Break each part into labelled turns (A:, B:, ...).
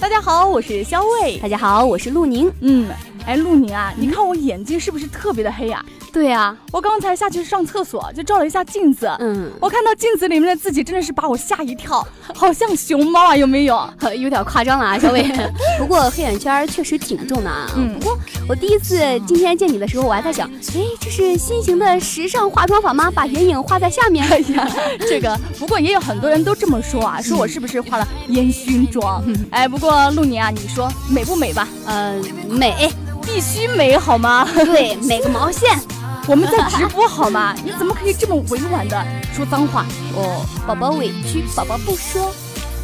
A: 大家好，我是肖嗯卫。
B: 大家好，我是陆宁。
C: 嗯，哎，陆宁啊，你看我眼睛是不是特别的黑啊？
B: 对啊，
C: 我刚才下去上厕所，就照了一下镜子，
B: 嗯，
C: 我看到镜子里面的自己，真的是把我吓一跳，好像熊猫啊，有没有？
B: 有点夸张了啊，小伟。 不过黑眼圈确实挺重的啊。
C: 嗯
B: 不过我第一次今天见你的时候，我还在想，哎，这是新型的时尚化妆法吗？把眼影画在下面。
C: 哎呀，这个不过也有很多人都这么说
A: 嗯
C: 啊，说我是不是化了烟熏妆？哎，不过陆宁啊，你说美不美吧？
B: 呃，美，哎
C: 必须美好吗？
B: 对，美个毛线。
C: 我们在直播好吗？你怎么可以这么委婉的说脏话？
B: 哦，宝宝委屈，宝宝不说，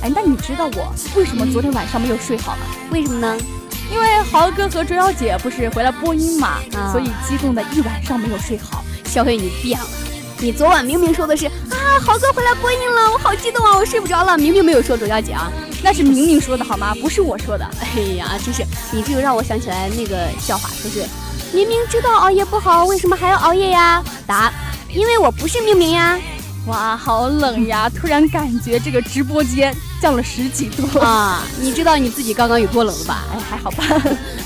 C: 哎，那你知道我为什么昨天晚上没有睡好吗？
B: 为什么呢？
C: 因为豪哥和卓瑶姐不是回来播音嘛，
B: 啊
C: 所以激动的一晚上没有睡好。
B: 小伟，你变了。你昨晚明明说的是啊，豪哥回来播音了，我好激动啊，我睡不着了。明明没有说左小姐啊。
C: 那是明明说的好吗？不是我说的。
B: 哎呀，真是，你这个让我想起来那个笑话，说是明明知道熬夜不好，为什么还要熬夜呀？答：因为我不是命名呀。
C: 哇，好
B: 嗯
C: 冷哎呀！突然感觉这个直播间降了十几度。
B: 啊，你知道你自己刚刚有多冷了吧？
C: 哎，还好吧。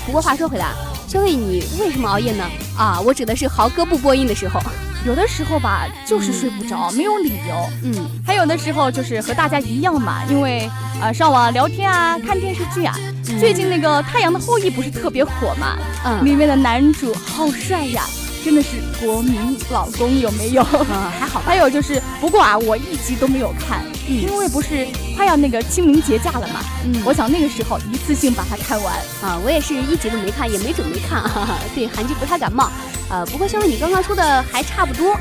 B: 不过话说回来，啊小伟，你为什么熬夜呢？啊，我指的是豪哥不播音的时候。
C: 有的时候吧，就是睡不着，没有理由。
B: 嗯，
C: 还有的时候就是和大家一样嘛，因为啊、呃上网聊天啊，看电视剧啊。最近那个《太阳的后裔》不是特别火嘛？
B: 嗯，
C: 里面的男主好帅呀，真的是国民老公有没有？
B: 嗯，还好吧。
C: 还有就是，不过啊，我一集都没有看，因为不是快要那个清明节假了嘛，
B: 嗯
C: 我想那个时候一次性把它看完。
B: 啊，我也是一集都没看，也没准备看啊。对韩剧不太感冒，呃，不过肖伟，你刚刚说的还差不多，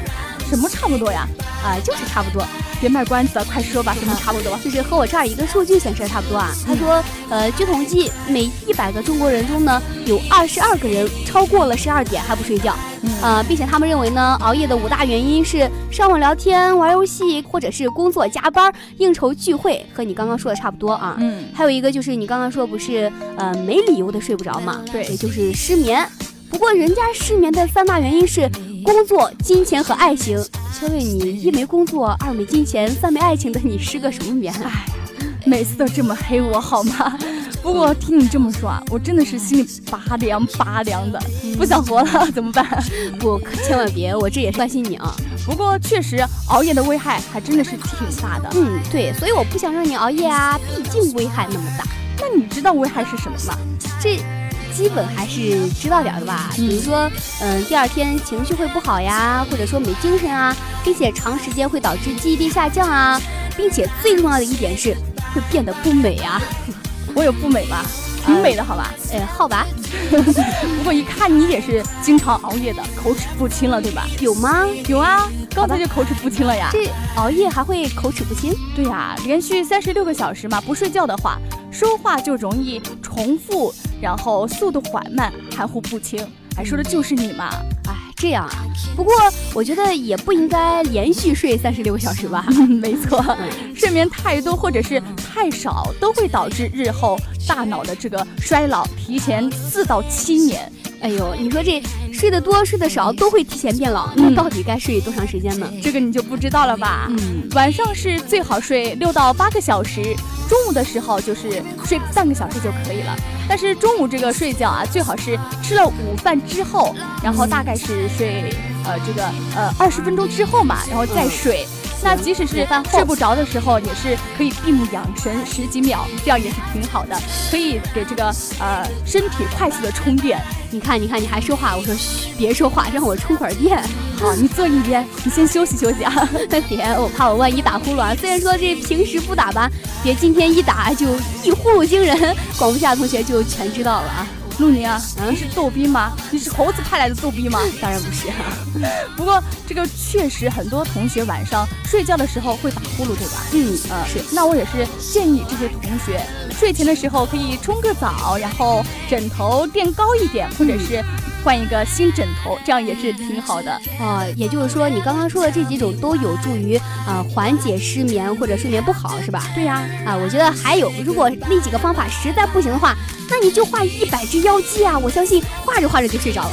C: 什么差不多呀？
B: 啊、就是差不多，
C: 别卖关子了，快说吧，什么差不多？
B: 就是和我这儿一个数据显示差不多啊。
C: 嗯
B: 他说，呃，据统计，每一百个中国人中呢，有二十二个人超过了十二点还不睡觉，
C: 啊
B: 呃，并且他们认为呢，熬夜的五大原因是上网聊天、玩游戏，或者是工作加班、应酬聚会，和你刚刚说的差不多啊。
C: 嗯，
B: 还有一个就是你刚刚说不是呃没理由的睡不着嘛，
C: 对
B: 也就是失眠。不过人家失眠的三大原因是工作、金钱和爱情。小伟，你一没工作，二没金钱，三没爱情的，你失个什么眠啊？
C: 每次都这么黑我好吗？不过听你这么说啊，我真的是心里拔凉拔凉的，不想活了，怎么办？
B: 不，可千万别，我这也是关心你啊。
C: 不过确实熬夜的危害还真的是挺大的。
B: 嗯，对，所以我不想让你熬夜啊，毕竟危害那么大。
C: 那你知道危害是什么吗？
B: 这基本还是知道点儿的吧。
C: 嗯
B: 比如说，嗯，第二天情绪会不好呀，或者说没精神啊，并且长时间会导致记忆力下降啊，并且最重要的一点是会变得不美啊。
C: 我有不美吧？挺美的好吧？
B: 呃，好吧，
C: 不过一看你也是经常熬夜的，口齿不清了，对吧？
B: 有吗？
C: 有啊，刚才就口齿不清了呀。
B: 这熬夜还会口齿不清？
C: 对呀、连续三十六个小时嘛，不睡觉的话，说话就容易重复，然后速度缓慢，含糊不清。哎，说的就是你嘛。
B: 哎，这样啊。不过我觉得也不应该连续睡三十六个小时吧。
C: 没错，睡眠太多或者是太少，都会导致日后大脑的这个衰老，提前四到七年。
B: 哎呦，你说这睡得多睡得少都会提前变老，那
C: 嗯
B: 到底该睡多长时间呢？
C: 这个你就不知道了吧？
B: 嗯，
C: 晚上是最好睡六到八个小时，中午的时候就是睡半个小时就可以了。但是中午这个睡觉啊，最好是吃了午饭之后，然后大概是睡呃这个呃二十分钟之后嘛，然后再睡。那即使是
B: 午饭后
C: 睡不着的时候，也是可以闭目养神十几秒，这样也是挺好的，可以给这个呃身体快速的充电。
B: 你看，你看，你还说话，我说嘘，别说话，让我充会儿电。
C: 好，你坐一边，你先休息休息啊。
B: 别，我怕我万一打呼噜啊。虽然说这平时不打吧，别今天一打就一呼噜惊人，广播下的同学就全知道了啊。
C: 陆宁啊，你是逗逼吗？你是猴子派来的逗逼吗？
B: 当然不是、啊，
C: 不过这个确实很多同学晚上睡觉的时候会打呼噜，对吧？
B: 嗯，
C: 呃，
B: 是。
C: 那我也是建议这些同学睡前的时候可以冲个澡，然后枕头垫高一点，
B: 嗯
C: 或者是换一个新枕头，这样也是挺好的。
B: 哦，也就是说，你刚刚说的这几种都有助于啊、呃缓解失眠或者睡眠不好，是吧？
C: 对呀、
B: 啊，我觉得还有，如果那几个方法实在不行的话，那你就画一百只妖姬啊，我相信画着画着就睡着了。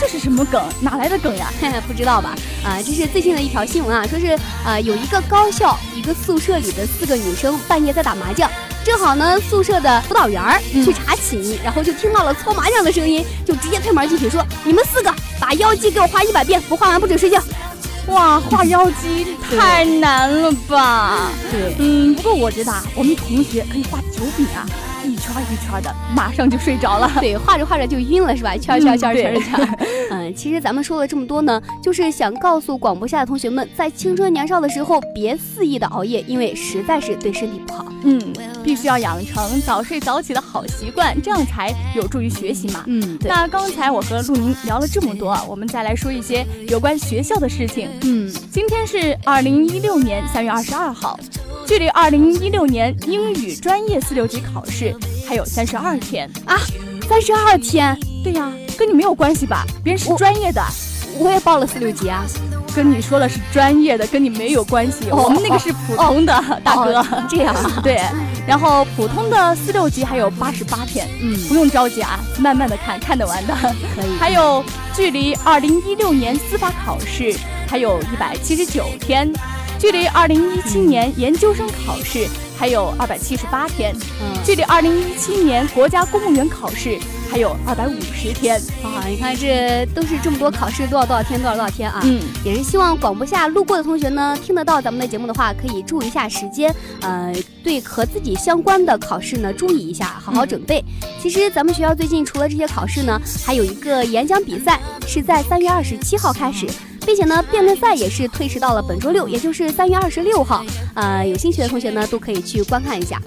C: 这是什么梗？哪来的梗呀？
B: 不知道吧？啊、这是最近的一条啊新闻啊，说是呃有一个高校一个宿舍里的四个女生半夜在打麻将，这正好呢宿舍的辅导员儿去查寝，然后就听到了搓麻将的声音，就直接推门进去说：“你们四个把妖姬给我画一百遍，不画完不准睡觉。
C: 哇，画妖姬
B: 对
C: 太难了吧？”
B: 对，
C: 嗯，不过我知道啊，我们同学可以画九饼啊，一圈儿一圈儿的，马上就睡着了。
B: 对，画着画着就晕了是吧？圈儿圈儿圈儿圈儿
C: 对
B: 圈 儿。嗯，其实咱们说了这么多呢，就是想告诉广播下的同学们，在青春年少的时候别肆意的熬夜，因为实在是对身体不好。啊
C: 嗯，必须要养成早睡早起的好习惯，这样才有助于学习嘛。
B: 嗯，对，
C: 那刚才我和陆宁聊了这么多，啊我们再来说一些有关学校的事情。
B: 嗯，
C: 今天是二零一六年三月二十二号，距离二零一六年英语专业四六级考试还有三十二天。啊
B: 三十二天，
C: 对呀、跟你没有关系吧？别人是
B: 我
C: 专业的，
B: 我也报了四六级啊。
C: 跟你说了是专业的，跟你没有关系。
B: 哦
C: 我们那个是普通的， 大 哥。
B: 哦这样啊，
C: 对，然后普通的四六级还有八十八天，
B: 嗯，
C: 不用着急啊，慢慢的看，看得 完的。
B: 可以。
C: 还有距离二零一六年司法考试还有一百七十九天，距离二零一七年研究生考试还有二百七十八天，
B: 嗯
C: 距离二零一七年国家公务员考试还有二百五十天。
B: 啊，你看这都是这么多考试，多少多少天，多少多少天啊。
C: 嗯，
B: 也是希望广播下路过的同学呢，听得到咱们的节目的话，可以注意一下时间，呃，对和自己相关的考试呢，注意一下，好好准备。其实咱们学校最近除了这些考试呢，还有一个演讲比赛，是在三月二十七号开始。并且呢，辩论赛也是推迟到了本周六，也就是三月二十六号。呃，有兴趣的同学呢，都可以去观看一下。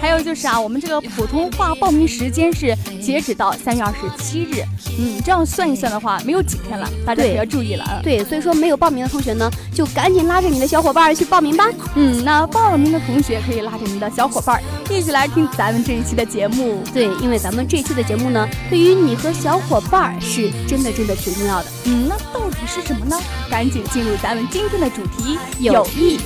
C: 还有就是啊，我们这个普通话报名时间是截止到三月二十七日。嗯，这样算一算的话，没有几天了，大家
B: 对
C: 可要注意 了啊。
B: 对，所以说没有报名的同学呢，就赶紧拉着你的小伙伴儿去报名吧。
C: 嗯，那报了名的同学可以拉着您的小伙伴儿一起来听咱们这一期的节目。
B: 对，因为咱们这期的节目呢，对于你和小伙伴儿是真的真的挺重要的。
C: 嗯，那到底是什么呢？赶紧进入咱们今天的主题，
B: 有
C: 益